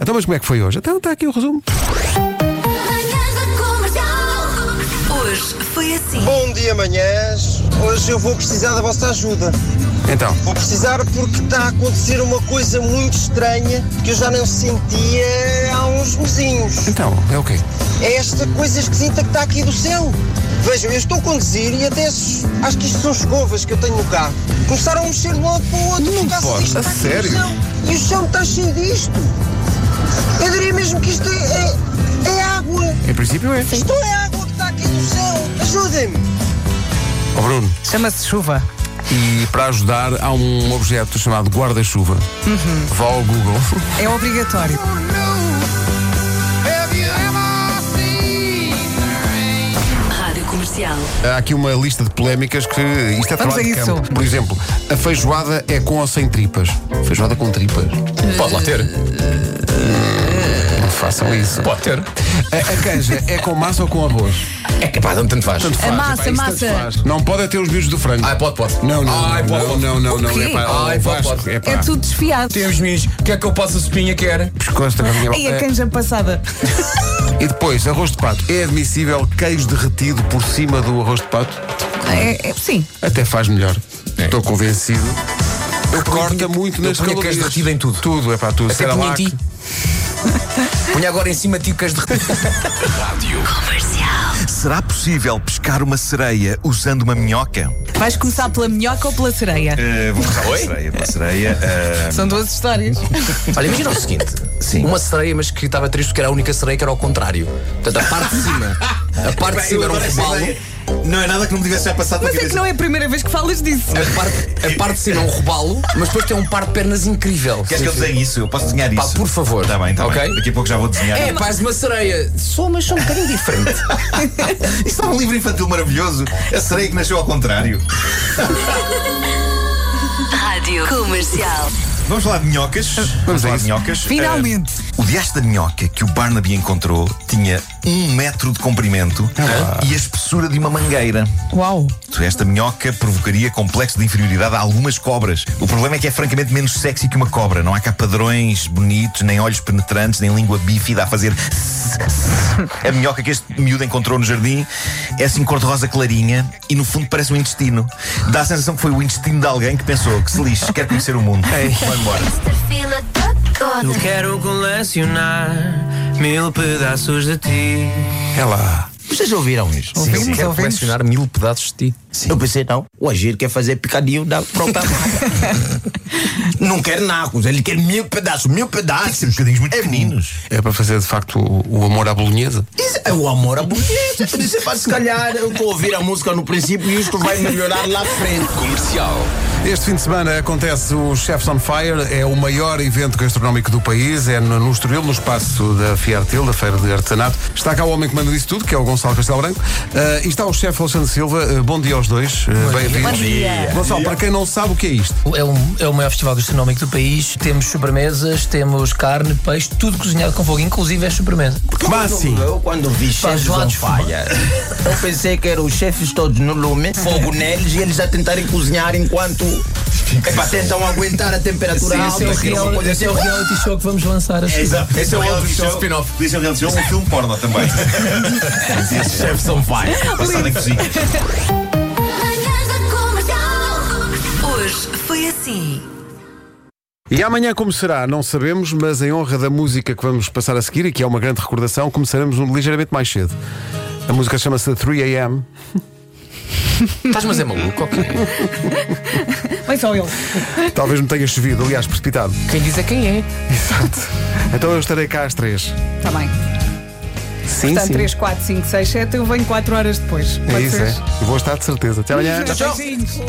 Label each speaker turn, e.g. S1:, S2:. S1: Então, mas como é que foi hoje? Então, está aqui o resumo.
S2: Manhãs da Comercial. Hoje foi assim.
S3: Bom dia, manhãs. Hoje eu vou precisar da vossa ajuda.
S1: Então,
S3: Vou precisar porque está a acontecer uma coisa muito estranha que eu já não sentia há uns mesinhos.
S1: então, é o quê?
S3: É esta coisa esquisita que está aqui do céu. Vejam, eu estou a conduzir e até s- acho que isto são escovas que eu tenho no carro. Começaram a mexer de um lado para o outro. Não
S1: pode, a sério?
S3: E o chão está cheio disto. Eu diria mesmo que isto é- é- é água.
S1: Em princípio é.
S3: Isto é água que está aqui do céu. Ajudem-me.
S1: Ó Bruno,
S4: Chama-se chuva.
S1: e para ajudar há um objeto chamado guarda-chuva. Vá ao Google.
S4: É obrigatório.
S2: Rádio Comercial.
S1: Há aqui uma lista de polémicas que isto é
S4: Vamos
S1: trabalho
S4: a
S1: de
S4: isso.
S1: campo. Por exemplo, a feijoada é com ou sem tripas? Feijoada com tripas.
S5: Pode lá ter.
S1: Não façam isso.
S5: Pode ter.
S1: A, a canja é com massa ou com arroz?
S5: É que pá, não tanto faz.
S1: Tanto faz.
S6: massa,
S1: epá, isso tanto
S6: massa.
S1: faz. Não pode é ter os miúdos do frango.
S5: Ah, pode, pode.
S1: Não, não,
S5: Ai,
S1: não,
S5: pode,
S1: não,
S5: pode.
S1: não, não, não,
S6: quê?
S1: epá,
S5: Ai,
S1: oh,
S5: pode,
S1: Vasco,
S5: pode.
S1: epá.
S6: É tudo desfiado.
S5: Tem os meninos. Quer que eu passe a sopinha? Quer?
S1: Pescoço da galinha-
S4: E a
S1: É,
S4: canja passada.
S1: E depois, arroz de pato. É admissível queijo derretido por cima do arroz de pato?
S4: É- é- sim.
S1: Até faz melhor.
S5: É.
S1: Estou convencido. Corta muito
S5: eu
S1: nas
S5: punha
S1: calorias.
S5: queijo derretido em tudo.
S1: Tudo, é para tudo.
S5: Até punha em ti. Ponha agora em cima de ti o queijo derretido.
S7: Será possível pescar uma sereia usando uma minhoca?
S4: Vais começar pela minhoca ou pela sereia?
S7: Eh, vou começar pela sereia. Pela sereia.
S1: É.
S7: eh,
S4: São duas histórias.
S5: Olha, imagina o seguinte:
S7: Sim.
S5: uma sereia, mas que estava triste porque era a única sereia que era ao contrário. Portanto, a parte de cima. A parte de cima era um robalo.
S7: não é nada que não me tivesse já passado
S4: Mas é que não é a primeira vez que falas disso.
S5: A parte, a parte de cima é um robalo, mas depois tem um par de pernas incrível.
S7: Queres que eu desenhe isso? Eu posso desenhar
S5: Pá,
S7: isso?
S5: por favor.
S7: Está bem, está
S5: Ok?
S7: bem. Daqui a pouco já vou desenhar.
S5: É, pá, és uma sereia. Sou, mas sou um bocadinho diferente.
S7: Isso é um livro infantil maravilhoso. A sereia que nasceu ao contrário.
S2: Rádio Comercial.
S7: Vamos falar de minhocas. Vamos
S1: a
S7: falar
S1: isso.
S7: de minhocas.
S4: Finalmente.
S7: Eh, o diacho da minhoca que o Barnaby encontrou tinha um metro de comprimento e a espessura de uma mangueira.
S4: Uau.
S7: Esta minhoca provocaria complexo de inferioridade a algumas cobras. O problema é que é francamente menos sexy que uma cobra. Não há cá padrões bonitos, nem olhos penetrantes, nem língua bífida a fazer. A minhoca que este miúdo encontrou no jardim é assim cor-de-rosa clarinha e no fundo parece um intestino. Dá a sensação que foi o intestino de alguém que pensou que se lixe, quer conhecer o mundo. Vai embora.
S8: Eu quero colecionar mil pedaços de ti.
S1: É lá.
S9: Vocês ouviram isso?
S4: Ouvimos,
S5: Quero
S4: ouvimos.
S5: colecionar mil pedaços de ti.
S9: Eu pensei, não, o Agir quer fazer picadinho da própria marca. Não quer nacos, ele quer mil pedaços, mil
S7: Tem que ser
S9: pedaços.
S7: bocadinhos muito
S9: É
S7: pequeninos.
S1: É para fazer de facto o, o amor à bolonhesa.
S9: Isso é o amor à bonita. Eu disse, pá, se calhar eu vou ouvir a música no princípio e isto vai melhorar lá à frente.
S1: Este fim de semana acontece o Chefs on Fire, é o maior evento gastronómico do país, é no, no Estoril, no espaço da Fiartil, da Feira de Artesanato. Está cá o homem que manda disso tudo, que é o Gonçalo Castelo Branco, Ah, e está o chefe Alexandre Silva. Ah, bom dia aos dois, Ah, bem-vindos.
S6: Bom dia.
S1: Gonçalo, para quem não sabe o que é isto,
S10: É, um- é o maior festival gastronómico do país. Temos sobremesas, temos carne, peixe, tudo cozinhado com fogo,
S5: é
S10: inclusive as sobremesas.
S1: mas assim,
S9: Eu, quando vi chefes on
S10: Feijoados.
S9: fire, eu pensei que eram os chefes todos no lume, fogo neles e eles a tentarem cozinhar enquanto. É para tentam aguentar a temperatura
S10: Esse é, o
S9: alta. que não
S10: real-
S9: pode
S10: esse é o
S9: ser-
S10: reality show que vamos lançar. assim.
S7: Exato. Esse é o reality show.
S5: spin-off.
S7: Esse é o reality show, um filme porno também. Esses chefes são vai. Passar na cozinha.
S2: Manhãs da Comercial. Hoje foi assim.
S1: E amanhã como será, não sabemos, mas em honra da música que vamos passar a seguir, e que é uma grande recordação, começaremos um ligeiramente mais cedo. A música chama-se 3AM.
S5: Estás, mas é maluco, ok?
S4: Vai só ele.
S1: Talvez me tenha chovido, aliás, precipitado.
S5: Quem diz é quem é.
S1: Exato. Então eu estarei cá às três.
S4: Está Tá bem.
S1: Sim,
S4: Portanto, 3, 4, 5, 6, 7. Eu venho 4 horas depois.
S1: É
S4: Pode
S1: isso,
S4: ser?
S1: é. Eu vou estar de certeza. Até amanhã.
S4: Beijinhos.